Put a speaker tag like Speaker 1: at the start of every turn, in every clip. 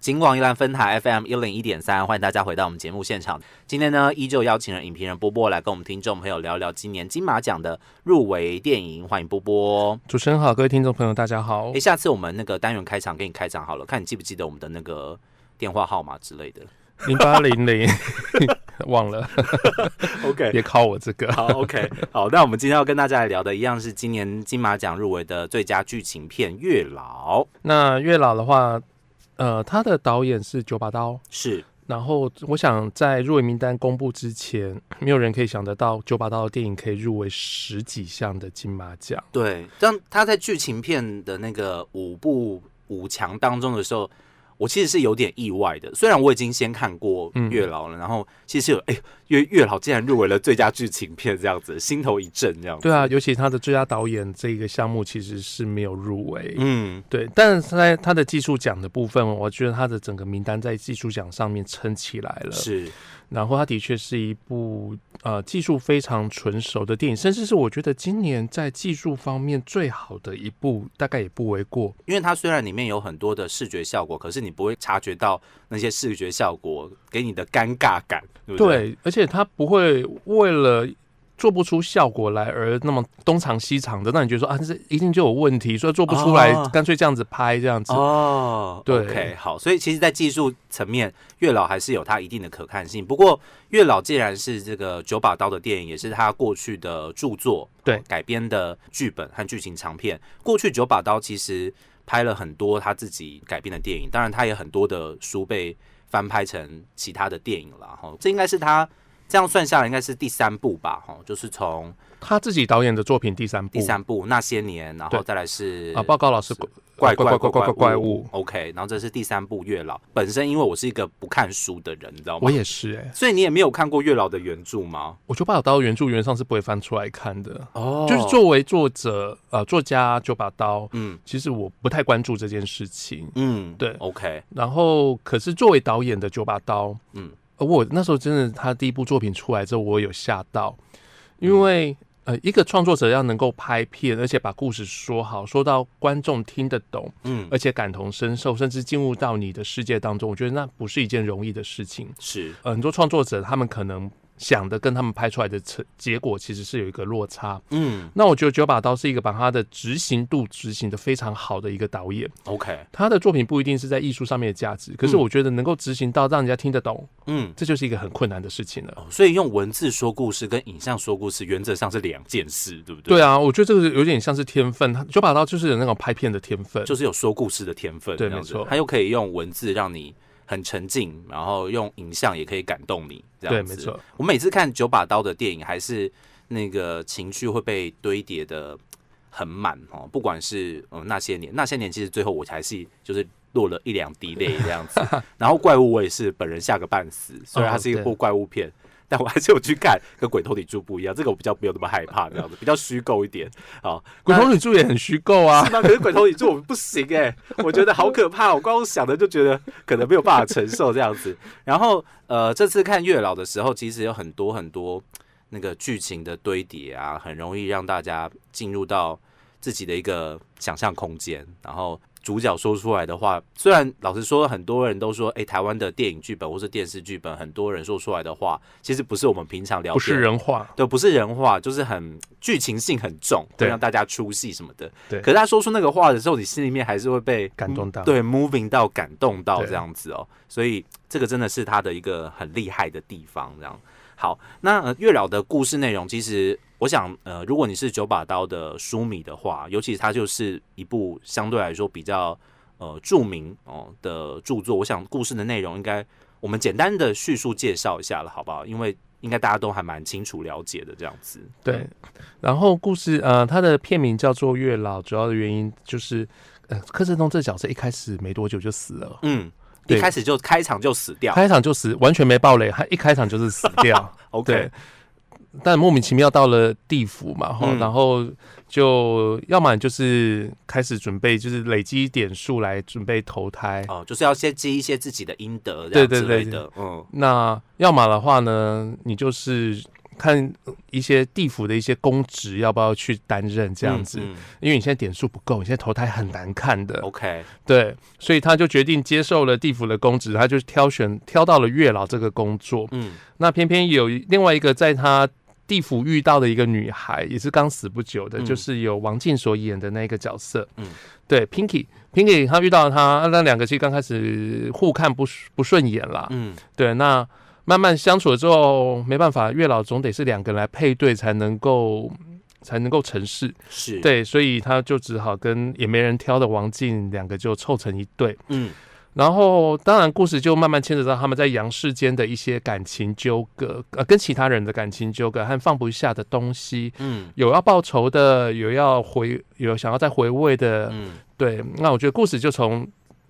Speaker 1: 金广宜兰分台 FM 一零一点三，欢迎大家回到我们节目现场。今天呢，依旧邀请了影评人波波来跟我们听众朋友聊聊今年金马奖的入围电影，欢迎波波。
Speaker 2: 主持人好，各位听众朋友，大家好
Speaker 1: 诶，。下次我们那个单元开场给你开场好了，看你记不记得我们的那个电话号码之类的。
Speaker 2: 零八零零， 忘了，
Speaker 1: OK，
Speaker 2: 别靠我这个。
Speaker 1: 好，OK，好， 那我们今天要跟大家来聊的一样是今年金马奖入围的最佳剧情片《月老》，
Speaker 2: 那月老的话，呃，他的导演是九把刀。
Speaker 1: 是
Speaker 2: 然后我想在入围名单公布之前，没有人可以想得到九把刀的电影可以入围十几项的金马奖。
Speaker 1: 对。但他在剧情片的那个五部五强当中的时候，我其实是有点意外的。虽然我已经先看过《月老》了，然后其实有哎，月月老竟然入围了最佳剧情片，这样子，心头一震，这样子。
Speaker 2: 对啊，尤其他的最佳导演这个项目其实是没有入围。
Speaker 1: 嗯，
Speaker 2: 对，但是在他的技术奖的部分，我觉得他的整个名单在技术奖上面撑起来了。
Speaker 1: 是
Speaker 2: 然后它的确是一部呃技术非常纯熟的电影，甚至是我觉得今年在技术方面最好的一部，大概也不为过。
Speaker 1: 因为它虽然里面有很多的视觉效果，可是你不会察觉到那些视觉效果给你的尴尬感，对不对？
Speaker 2: 对，而且它不会为了。做不出效果来而那么东藏西藏的，让你觉得说啊，这一定就有问题，所以做不出来，
Speaker 1: 哦
Speaker 2: 干脆这样子拍这样子。
Speaker 1: 哦，
Speaker 2: 对
Speaker 1: o k 好，所以其实，在技术层面，月老还是有它一定的可看性。不过，月老既然是这个九把刀的电影，也是他过去的著作哦
Speaker 2: 对
Speaker 1: 改编的剧本和剧情长片。过去九把刀其实拍了很多他自己改编的电影，当然他也很多的书被翻拍成其他的电影了。哈，这应该是他这样算下来应该是第三部吧？哈，就是从
Speaker 2: 他自己导演的作品第三部
Speaker 1: 第三部那些年，然后
Speaker 2: 哦对
Speaker 1: 再来是
Speaker 2: 啊，报告老师，
Speaker 1: 怪
Speaker 2: 怪
Speaker 1: 怪
Speaker 2: 怪
Speaker 1: 怪
Speaker 2: 怪怪物
Speaker 1: OK，然后这是第三部《月老》。本身因为我是一个不看书的人，你知道吗
Speaker 2: 我？也是哎、
Speaker 1: 所以你也没有看过《月老》的原著吗？
Speaker 2: 我就把刀原著原上是不会翻出来看的，
Speaker 1: 哦
Speaker 2: 就是作为作者呃作家九把刀，
Speaker 1: 嗯
Speaker 2: 其实我不太关注这件事情。
Speaker 1: 嗯，
Speaker 2: 对
Speaker 1: ，OK，
Speaker 2: 然后，可是作为导演的九把刀，
Speaker 1: 嗯
Speaker 2: 嗯，我那时候真的他第一部作品出来之后，我有吓到，因为、呃，一个创作者要能够拍片，而且把故事说好，说到观众听得懂，
Speaker 1: 嗯，
Speaker 2: 而且感同身受，甚至进入到你的世界当中，我觉得那不是一件容易的事情。
Speaker 1: 是
Speaker 2: 呃很多创作者他们可能想的跟他们拍出来的成结果其实是有一个落差。
Speaker 1: 嗯
Speaker 2: 那我觉得九把刀是一个把他的执行度执行的非常好的一个导演。
Speaker 1: ，OK，
Speaker 2: 他的作品不一定是在艺术上面的价值，可是我觉得能够执行到让人家听得懂，
Speaker 1: 嗯。
Speaker 2: 这就是一个很困难的事情了。
Speaker 1: 哦所以用文字说故事跟影像说故事，原则上是两件事，对不对？
Speaker 2: 对啊，我觉得这个有点像是天分，他九把刀就是有那种拍片的天分，
Speaker 1: 就是有说故事的天分，
Speaker 2: 对
Speaker 1: 这样子
Speaker 2: 没错
Speaker 1: 他又可以用文字让你很沉浸，然后用影像也可以感动你，这
Speaker 2: 对，
Speaker 1: 样
Speaker 2: 没
Speaker 1: 子。
Speaker 2: 错，
Speaker 1: 我每次看九把刀的电影，还是那个情绪会被堆叠的很满哦。不管是呃那些年，那些年其实最后我还是就是落了一两滴泪这样 子。然后怪物我也是本人吓个半死，虽然它是一
Speaker 2: 哦
Speaker 1: 部
Speaker 2: 对
Speaker 1: 怪物片。但我还是有去看，跟鬼头底柱不一样，这个我比较没有那么害怕，这样子比较虚构一点。好，
Speaker 2: 鬼头女柱也很虚构啊
Speaker 1: 是。吗？可是鬼头影柱我不行哎、我觉得好可怕，我光想的就觉得可能没有办法承受这样子。然后呃，这次看月老的时候，其实有很多很多那个剧情的堆叠啊，很容易让大家进入到自己的一个想象空间，然后。主角说出来的话，虽然老实说，很多人都说，哎、台湾的电影剧本或是电视剧本，很多人说出来的话，其实不是我们平常聊
Speaker 2: 不是
Speaker 1: 天
Speaker 2: 人话，
Speaker 1: 对，不是人话，就是很剧情性很重，会
Speaker 2: 对
Speaker 1: 让大家出戏什么的。
Speaker 2: 对
Speaker 1: 可是他说出那个话的时候，你心里面还是会被嗯
Speaker 2: 感动到
Speaker 1: 对，moving 到感动到
Speaker 2: 对
Speaker 1: 这样子哦。所以这个真的是他的一个很厉害的地方。这样好，那、呃月老的故事内容，其实我想，呃，如果你是九把刀的书迷的话，尤其它就是一部相对来说比较呃著名哦的著作，我想故事的内容应该我们简单的叙述介绍一下了，好不好？因为应该大家都还蛮清楚了解的这样子。
Speaker 2: 对。然后故事呃，它的片名叫做《月老》，主要的原因就是呃，柯震东这角色一开始没多久就死了。
Speaker 1: 嗯，一
Speaker 2: 对
Speaker 1: 开始就开场就死掉。
Speaker 2: 开场就死，完全没暴雷，他一开场就是死 掉。
Speaker 1: OK，
Speaker 2: 对，但莫名其妙到了地府嘛，吼
Speaker 1: 嗯
Speaker 2: 然后就要么就是开始准备，就是累积点数来准备投胎。
Speaker 1: 哦，就是要先积一些自己的阴德，这样
Speaker 2: 对
Speaker 1: 之
Speaker 2: 对
Speaker 1: 类
Speaker 2: 对
Speaker 1: 的。嗯，
Speaker 2: 那要么的话呢，你就是看一些地府的一些公职要不要去担任这样子，
Speaker 1: 嗯
Speaker 2: 因为你现在点数不够，你现在投胎很难看的
Speaker 1: 嗯。OK，
Speaker 2: 对，所以他就决定接受了地府的公职，他就挑选挑到了月老这个工作。
Speaker 1: 嗯
Speaker 2: 那偏偏有一另外一个在他地府遇到的一个女孩，也是刚死不久的，
Speaker 1: 嗯
Speaker 2: 就是有王静所演的那个角色。
Speaker 1: 嗯
Speaker 2: 嗯，对，Pinky，Pinky 他遇到他，那两个其实刚开始互看不顺不顺眼啦。
Speaker 1: 嗯
Speaker 2: 对，那慢慢相处了之后，没办法，月老总得是两个人来配对才能够。才能够成事，
Speaker 1: 是，，
Speaker 2: 对，所以他就只好跟也没人挑的王静两个就凑成一对，
Speaker 1: 嗯
Speaker 2: 然后，当然，故事就慢慢牵扯到他们在阳世间的一些感情纠葛，呃，跟其他人的感情纠葛和放不下的东西，
Speaker 1: 嗯
Speaker 2: 有要报仇的，有要回，有想要再回味的，
Speaker 1: 嗯
Speaker 2: 对。那我觉得故事就从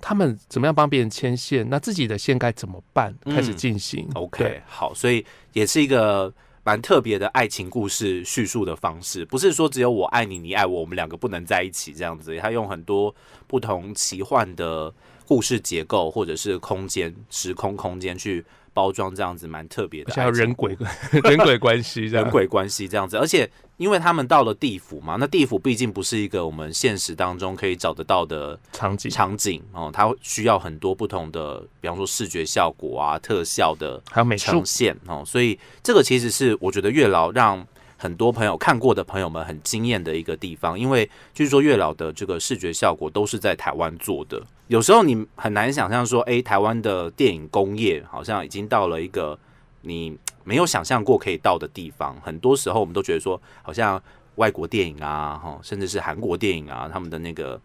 Speaker 2: 他们怎么样帮别人牵线，那自己的线该怎么办
Speaker 1: 嗯
Speaker 2: 开始进行。对
Speaker 1: ，OK，好，所以也是一个。蛮特别的爱情故事叙述的方式，不是说只有我爱你，你爱我，我们两个不能在一起这样子。他用很多不同奇幻的故事结构，或者是空间、时空空间去包装这样子，蛮特别的
Speaker 2: 而
Speaker 1: 爱
Speaker 2: 且
Speaker 1: 情。
Speaker 2: 还有人鬼 人鬼关系这样
Speaker 1: 人。鬼关系这样子。而且因为他们到了地府嘛，那地府毕竟不是一个我们现实当中可以找得到的
Speaker 2: 场景，
Speaker 1: 场景哦，它需要很多不同的，比方说视觉效果啊、特效的
Speaker 2: 还有美术
Speaker 1: 呈，现哦，所以这个其实是我觉得月老让。很多朋友看过的朋友们很惊艳的一个地方，因为据说月老的这个视觉效果都是在台湾做的。有时候你很难想象说，诶、台湾的电影工业好像已经到了一个你没有想象过可以到的地方。很多时候我们都觉得说，好像外国电影啊，哈，甚至是韩国电影啊，他们的那个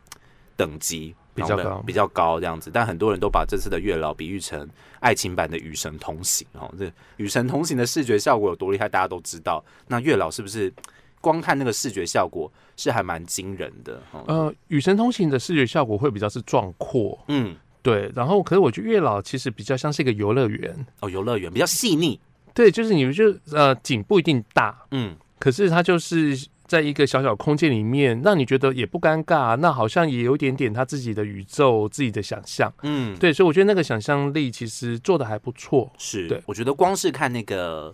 Speaker 1: 等级
Speaker 2: 比较高
Speaker 1: 然后比较高这样子。但很多人都把这次的月老比喻成爱情版的《与神同行》哦，这《与神同行》的视觉效果有多厉害，大家都知道。那月老是不是光看那个视觉效果是还蛮惊人的？哦，
Speaker 2: 呃，与神同行的视觉效果会比较是壮阔，
Speaker 1: 嗯，
Speaker 2: 对。然后，可是我觉得月老其实比较像是一个游乐园，
Speaker 1: 哦，游乐园比较细腻，
Speaker 2: 对，就是你们就呃景不一定大，
Speaker 1: 嗯
Speaker 2: 可是它就是在一个小小空间里面，让你觉得也不尴尬，啊那好像也有一点点他自己的宇宙、自己的想象。
Speaker 1: 嗯，
Speaker 2: 对，所以我觉得那个想象力其实做的还不错。
Speaker 1: 是，
Speaker 2: 对
Speaker 1: 我觉得光是看那个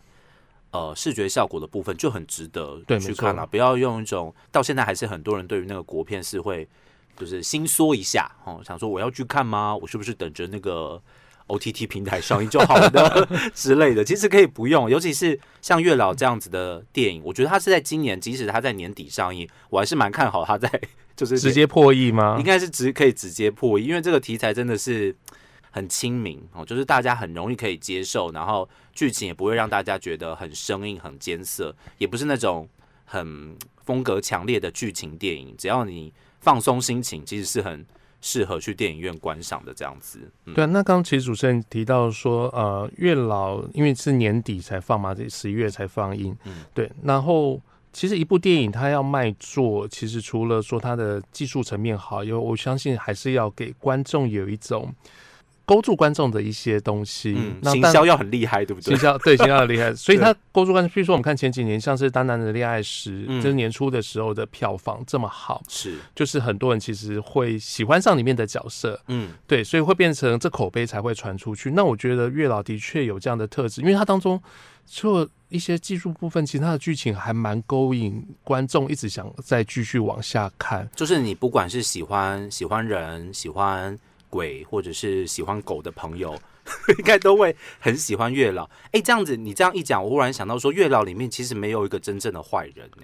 Speaker 1: 呃视觉效果的部分就很值得
Speaker 2: 对
Speaker 1: 去
Speaker 2: 没错
Speaker 1: 看了、不要用一种到现在还是很多人对于那个国片是会就是心缩一下哦，想说我要去看吗？我是不是等着那个 OTT 平台上映就好了 之类的？其实可以不用，尤其是像月老这样子的电影，我觉得它是在今年，即使它在年底上映，我还是蛮看好它在就是
Speaker 2: 直接破译吗
Speaker 1: 应？该是直可以直接破译，因为这个题材真的是很亲民哦，就是大家很容易可以接受，然后剧情也不会让大家觉得很生硬、很艰涩，也不是那种很风格强烈的剧情电影。只要你放松心情，其实是很适合去电影院观赏的这样子。嗯，
Speaker 2: 对，啊那刚刚其实主持人提到说，呃，月老因为是年底才放嘛，这十一月才放映，
Speaker 1: 嗯
Speaker 2: 对，然后。其实一部电影它要卖座，其实除了说它的技术层面好，因为我相信还是要给观众有一种勾住观众的一些东西。
Speaker 1: 嗯，
Speaker 2: 那
Speaker 1: 行
Speaker 2: 但
Speaker 1: 销要很厉害，对不对
Speaker 2: 行？销对行销很厉害，所以它勾住观众。譬如说我们看前几年像是《丹丹的恋爱时》
Speaker 1: 嗯
Speaker 2: 就是年初的时候的票房这么好，
Speaker 1: 是，
Speaker 2: 就是很多人其实会喜欢上里面的角色，
Speaker 1: 嗯
Speaker 2: 对，所以会变成这口碑才会传出去。那我觉得月老的确有这样的特质，因为它当中除了一些技术部分，其他的剧情还蛮勾引观众，一直想再继续往下看。
Speaker 1: 就是你不管是喜欢喜欢人、喜欢鬼，或者是喜欢狗的朋友， 应该都会很喜欢月老。哎、这样子你这样一讲，我忽然想到说，月老里面其实没有一个真正的坏人呢、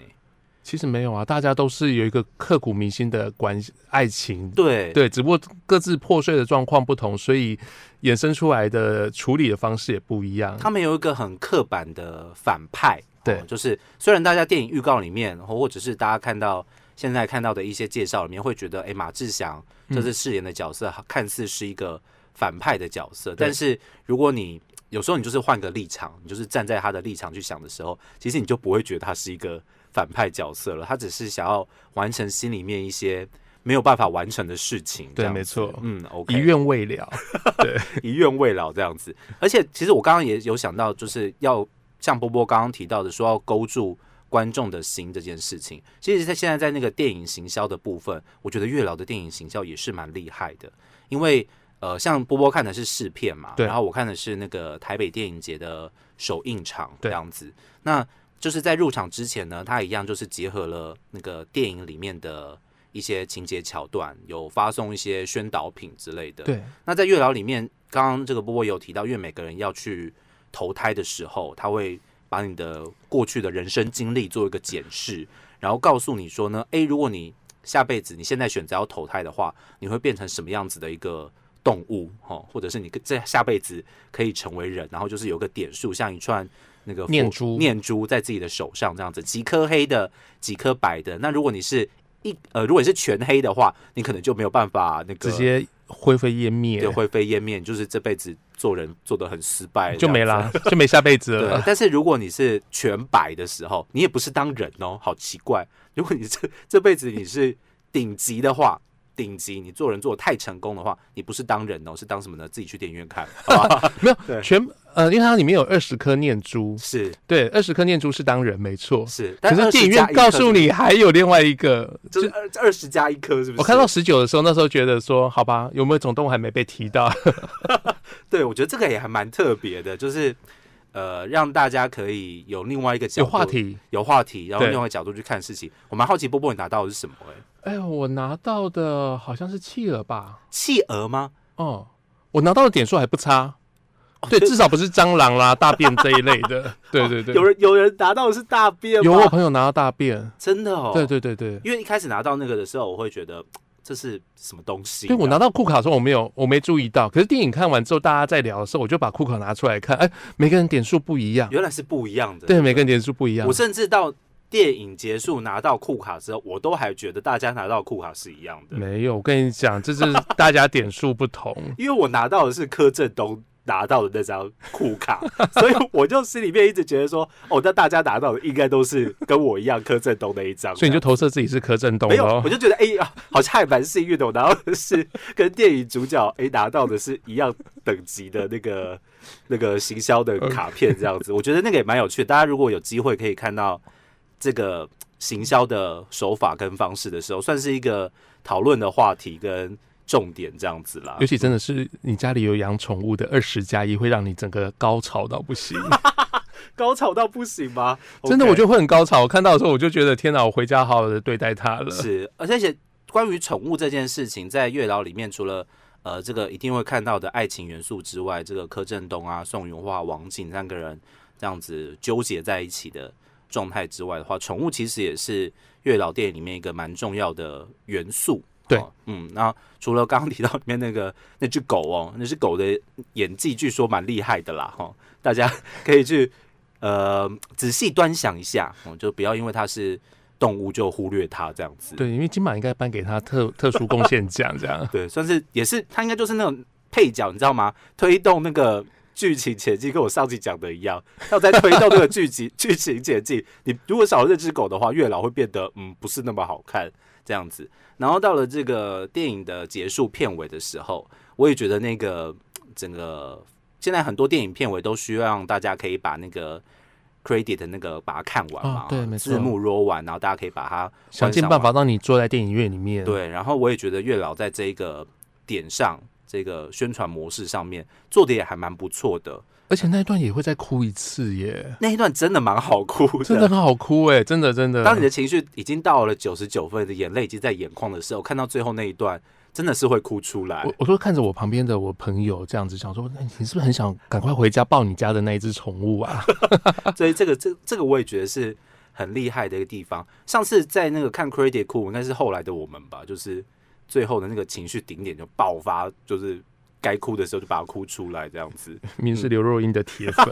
Speaker 2: 其实没有啊，大家都是有一个刻骨铭心的关系爱情
Speaker 1: 对，
Speaker 2: 对，只不过各自破碎的状况不同，所以衍生出来的处理的方式也不一样。
Speaker 1: 他们有一个很刻板的反派，
Speaker 2: 对
Speaker 1: 哦就是虽然大家电影预告里面，哦或或者是大家看到现在看到的一些介绍里面，会觉得，哎、马志祥
Speaker 2: 嗯
Speaker 1: 这次饰演的角色、看似是一个反派的角色，
Speaker 2: 对
Speaker 1: 但是如果你有时候你就是换个立场，你就是站在他的立场去想的时候，其实你就不会觉得他是一个反派角色了，他只是想要完成心里面一些没有办法完成的事情。
Speaker 2: 对
Speaker 1: 这样子
Speaker 2: 没错
Speaker 1: 嗯，OK，
Speaker 2: 一愿未了，
Speaker 1: 遗愿未了这样子。而且其实我刚刚也有想到，就是要像波波刚刚提到的，说要勾住观众的心这件事情。其实，在现在在那个电影行销的部分，我觉得月老的电影行销也是蛮厉害的，因为。呃，像波波看的是试片嘛，
Speaker 2: 对
Speaker 1: 然后我看的是那个台北电影节的首映场这
Speaker 2: 对
Speaker 1: 样子。那就是在入场之前呢，它一样就是结合了那个电影里面的一些情节桥段，有发送一些宣导品之类的。
Speaker 2: 对，
Speaker 1: 那在月老里面，刚刚这个波波有提到，因为每个人要去投胎的时候，他会把你的过去的人生经历做一个检视，然后告诉你说呢，诶，如果你下辈子你现在选择要投胎的话，你会变成什么样子的一个动物哦，或者是你这下辈子可以成为人，然后就是有个点数，像一串那个佛
Speaker 2: 念珠
Speaker 1: 念珠在自己的手上这样子，几颗黑的，几颗白的。那如果你是一呃，如果你是全黑的话，你可能就没有办法那个
Speaker 2: 直接灰飞烟灭
Speaker 1: 对，，灰飞烟灭，就是这辈子做人做的很失败，
Speaker 2: 就没
Speaker 1: 这样 子。
Speaker 2: 啦，就没下辈子
Speaker 1: 对
Speaker 2: 了，。
Speaker 1: 但是如果你是全白的时候，你也不是当人哦，好奇怪。如果你这这辈子你是顶级的话，顶级你做人做的太成功的话，你不是当人哦，是当什么呢？自己去电影院看，好吧？
Speaker 2: 没
Speaker 1: 对
Speaker 2: 有全呃，因为它里面有二十颗念珠，
Speaker 1: 是
Speaker 2: 对，二十颗念珠是当人没错，
Speaker 1: 是，
Speaker 2: 可
Speaker 1: 但
Speaker 2: 是
Speaker 1: 20
Speaker 2: 电影
Speaker 1: 加
Speaker 2: 院
Speaker 1: 一
Speaker 2: 告
Speaker 1: 颗
Speaker 2: 诉
Speaker 1: 是，
Speaker 2: 你还有另外一个，
Speaker 1: 就是二二十加一颗，是不是？
Speaker 2: 我看到十九的时候，那时候觉得说，好吧，有没有种动物还没被提到？
Speaker 1: 对，我觉得这个也还蛮特别的，就是呃，让大家可以有另外一个角
Speaker 2: 有
Speaker 1: 度
Speaker 2: 话，题。
Speaker 1: 有话题，然后
Speaker 2: 对
Speaker 1: 另外一个角度去看事情。我蛮好奇波波你拿到的是什么、欸？
Speaker 2: 哎呦，我拿到的好像是企鹅吧？
Speaker 1: 企鹅吗？
Speaker 2: 哦，我拿到的点数还不差，
Speaker 1: 哦
Speaker 2: 对，
Speaker 1: 就
Speaker 2: 至少不是蟑螂啦、大便这一类 的。对对对，
Speaker 1: 有人有人拿到的是大便吗？
Speaker 2: 有我朋友拿到大便，
Speaker 1: 真的哦。
Speaker 2: 对，对对对。
Speaker 1: 因为一开始拿到那个的时候，我会觉得嘖这是什么东西？啊
Speaker 2: 对，我拿
Speaker 1: 到
Speaker 2: 到库卡的时候我没有，我没注意到。可是电影看完之后，大家在聊的时候，我就把库卡拿出来看。哎，每个人点数不一样，
Speaker 1: 原来是不一样的。
Speaker 2: 对，每个人点数不一样
Speaker 1: 我。甚至到电影结束拿到库卡之后，我都还觉得大家拿到库卡是一样的，
Speaker 2: 没有，我跟你讲，这是大家点数不 同。
Speaker 1: 因为我拿到的是柯震东。拿到的那张库卡， 所以我就心里面一直觉得说，哦，那大家拿到的应该都是跟我一样柯震东那一张，
Speaker 2: 所以你就投射自己是柯震东
Speaker 1: 没有，
Speaker 2: 喽
Speaker 1: 我。就觉得哎呀、好像还蛮幸运的，我拿到的是 跟电影主角哎、拿到的是一样等级的那个 那个行销的卡片这样子，我觉得那个也蛮有趣的。大家如果有机会可以看到这个行销的手法跟方式的时候，算是一个讨论的话题跟重点这样子啦
Speaker 2: 尤。其真的是你家里有养宠物的，二十加一会让你整个高潮到不行，
Speaker 1: 高潮到不行吗？
Speaker 2: 真的，我
Speaker 1: OK
Speaker 2: 就会很高潮。我看到的时候，我就觉得天哪，我回家好好的对待它了。
Speaker 1: 是，而且且关于宠物这件事情，在月老里面，除了呃这个一定会看到的爱情元素之外，这个柯震东啊、宋云桦、王静三个人这样子纠结在一起的状态之外的话，宠物其实也是月老电影里面一个蛮重要的元素。
Speaker 2: 对
Speaker 1: 哦嗯，那除了刚刚提到里面那个 那只狗哦，那只狗的演技据说蛮厉害的啦，哈、大家可以去呃仔细端详一下，哦，就不要因为它是动物就忽略它这样子。
Speaker 2: 对，因为金马应该颁给他特 特殊贡献 奖，这样
Speaker 1: 对，算是也是他应该就是那种配角，你知道吗？推动那个剧情前进，跟我上期讲的一样，要在推动那个剧情 剧情前进。你如果少了这只狗的话，月老会变得嗯不是那么好看这样子。然后到了这个电影的结束片尾的时候，我也觉得那个整个现在很多电影片尾都需要让大家可以把那个。credit 的那个把它看完嘛，
Speaker 2: 啊对没错
Speaker 1: 字幕 roll 完，然后大家可以把它
Speaker 2: 想尽
Speaker 1: 观赏
Speaker 2: 办
Speaker 1: 完
Speaker 2: 法让你坐在电影院里面。，
Speaker 1: 对，然后我也觉得月老在这一个点上，这个宣传模式上面做的也还蛮不错的。
Speaker 2: 而且那一段也会再哭一次耶，
Speaker 1: 那一段真的蛮好哭的，
Speaker 2: 真的很好哭哎，真的真的。
Speaker 1: 啊当你的情绪已经到了九十九分，的眼泪已经在眼眶的时候，看到最后那一段，真的是会哭出来
Speaker 2: 我。我都看着我旁边的我朋友这样子，想说，哎你是不是很想赶快回家抱你家的那一只宠物 啊？
Speaker 1: 所以这个这这个我也觉得是很厉害的一个地方。上次在那个看 credit 哭，应该是后来的我们吧，就是最后的那个情绪顶点就爆发，就是该哭的时候就把它哭出来这样子。
Speaker 2: 明是刘若英的 铁粉，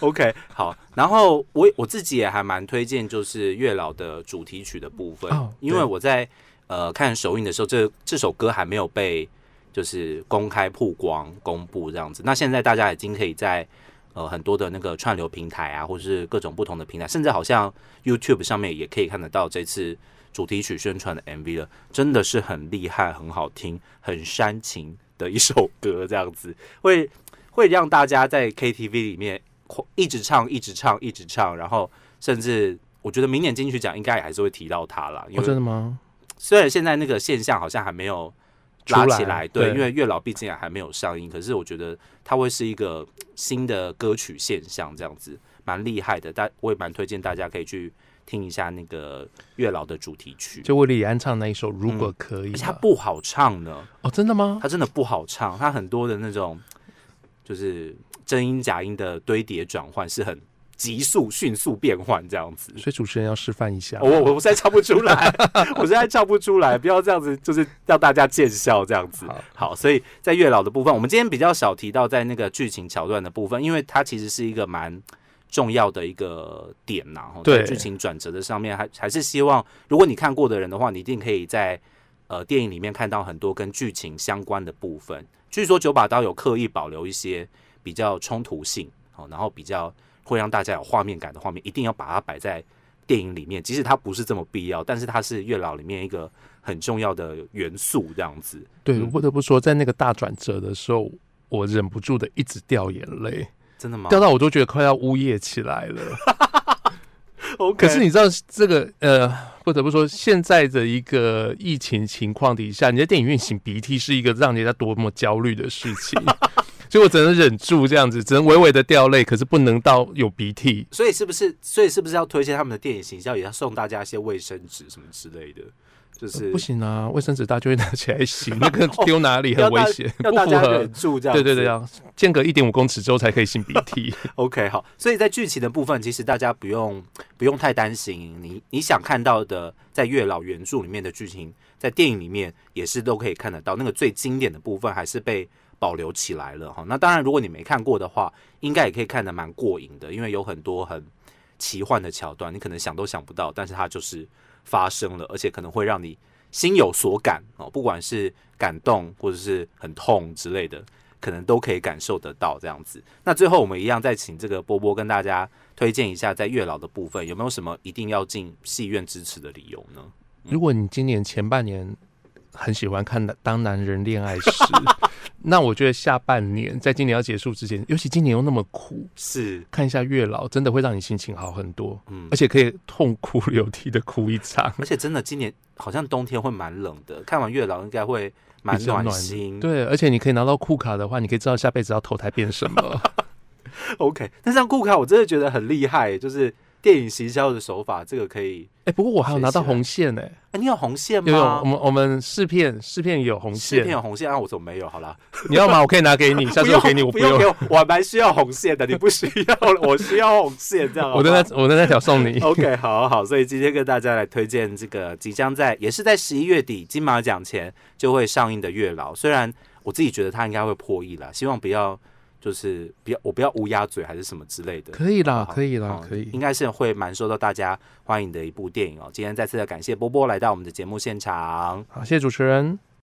Speaker 1: OK，好，然后我我自己也还蛮推荐就是月老的主题曲的部分，
Speaker 2: 哦
Speaker 1: 因为我在呃看首映的时候，这这首歌还没有被就是公开曝光公布这样子。那现在大家已经可以在呃很多的那个串流平台啊，或是各种不同的平台，甚至好像 YouTube 上面也可以看得到这次主题曲宣传的 MV 了，真的是很厉害、很好听、很煽情的一首歌，这样子会会让大家在 KTV 里面狂一直唱、一直唱、一直唱，然后甚至我觉得明年金曲奖应该也还是会提到它啦，因
Speaker 2: 哦，真
Speaker 1: 为
Speaker 2: 的吗？
Speaker 1: 虽然现在那个现象好像还没有拉起
Speaker 2: 出来
Speaker 1: 来，对，
Speaker 2: 对
Speaker 1: 因为月老毕竟还没有上映，可是我觉得它会是一个新的歌曲现象，这样子蛮厉害的。大我也蛮推荐大家可以去听一下那个月老的主题曲，
Speaker 2: 就为李安唱那一首《如果可以
Speaker 1: 而》且它
Speaker 2: 嘛、
Speaker 1: 不好唱呢，
Speaker 2: 哦，真的吗？
Speaker 1: 它真的不好唱，它很多的那种就是真音假音的堆叠转换是很急速迅速变换这样子。
Speaker 2: 所以主持人要示范一下。
Speaker 1: 我我我现在唱不出来，我现在唱不出来，不要这样子，就是让大家见笑这样子。
Speaker 2: 好
Speaker 1: 好，所以在月老的部分，我们今天比较少提到在那个剧情桥段的部分，因为它其实是一个蛮重要的一个点呐、吼
Speaker 2: 对
Speaker 1: 在剧情转折的上面，还还是希望如果你看过的人的话，你一定可以在呃电影里面看到很多跟剧情相关的部分。据说九把刀有刻意保留一些比较冲突性，好、然后比较会让大家有画面感的画面，一定要把它摆在电影里面。即使它不是这么必要，但是它是月老里面一个很重要的元素，这样子。
Speaker 2: 对，
Speaker 1: 嗯
Speaker 2: 不得不说，在那个大转折的时候，我忍不住的一直掉眼泪，
Speaker 1: 真的吗？
Speaker 2: 掉到我都觉得快要呜咽起来了。
Speaker 1: OK，
Speaker 2: 可是你知道这个呃，不得不说，现在的一个疫情情况底下，你在电影院擤鼻涕是一个让人家多么焦虑的事 情，所以我只能忍住这样子，只能微微的掉泪，可是不能到有鼻涕。
Speaker 1: 所以是不是，所以是不是要推荐他们的电影形象，也要送大家一些卫生纸什么之类的？就是哦
Speaker 2: 不行啊，卫生纸大家就会拿起 来洗，那个丢哪里很
Speaker 1: 要大
Speaker 2: 危险，
Speaker 1: 要
Speaker 2: 不
Speaker 1: 大
Speaker 2: 符
Speaker 1: 家
Speaker 2: 合
Speaker 1: 忍。住这样子。
Speaker 2: 对对对，要间隔一点五公尺之后才可以擤鼻涕。
Speaker 1: OK，好，所以在剧情的部分，其实大家不用不用太担心，你你想看到的，在月老原著里面的剧情，在电影里面也是都可以看得到。那个最经典的部分还是被保留起来了哈。那当然，如果你没看过的话，应该也可以看得蛮过瘾的，因为有很多很奇幻的桥段，你可能想都想不到，但是它就是发生了，而且可能会让你心有所感哦，不管是感动或者是很痛之类的，可能都可以感受得到这样子。那最后我们一样再请这个波波跟大家推荐一下，在月老的部分有没有什么一定要进戏院支持的理由呢？
Speaker 2: 如果你今年前半年很喜欢看《当男人恋爱时》， 那我觉得下半年在今年要结束之前，尤其今年又那么苦，
Speaker 1: 是，
Speaker 2: 看一下月老，真的会让你心情好很多，
Speaker 1: 嗯
Speaker 2: 而，且可以痛哭流涕的哭一场，
Speaker 1: 而且真的今年好像冬天会蛮冷的，看完月老应该会蛮
Speaker 2: 比较
Speaker 1: 暖
Speaker 2: 暖
Speaker 1: 心。
Speaker 2: 对，而且你可以拿到库卡的话，你可以知道下辈子要投胎变什么。
Speaker 1: ，OK。但像顾卡，我真的觉得很厉害，就是电影行销的手法，这个可以。
Speaker 2: 哎、不过我还有拿到
Speaker 1: 谢谢
Speaker 2: 红线呢、
Speaker 1: 哎，你有红线
Speaker 2: 有有，我
Speaker 1: 吗？
Speaker 2: 们我们试片试片也有红
Speaker 1: 试
Speaker 2: 线
Speaker 1: 片，有红线啊，我怎么没有？好啦，
Speaker 2: 你要吗？我可以拿 给你，下次我给你，我
Speaker 1: 不
Speaker 2: 用
Speaker 1: 用。给我，我还蛮需要红线的，你不需要，我需要红线这样好不好。
Speaker 2: 我的那我的那条送你，
Speaker 1: OK，好 好，所以今天跟大家来推荐这个即将在也是在十一月底金马奖前就会上映的《月老》，虽然我自己觉得它应该会破亿啦，希望不要就是不要我不要乌鸦嘴还是什么之类的。
Speaker 2: 可以啦，
Speaker 1: 好
Speaker 2: 可以啦
Speaker 1: 嗯，
Speaker 2: 可以
Speaker 1: 应。该是会蛮受到大家欢迎的一部电影哦。今天再次的感谢波波来到我们的节目现场，
Speaker 2: 好，谢谢主持人。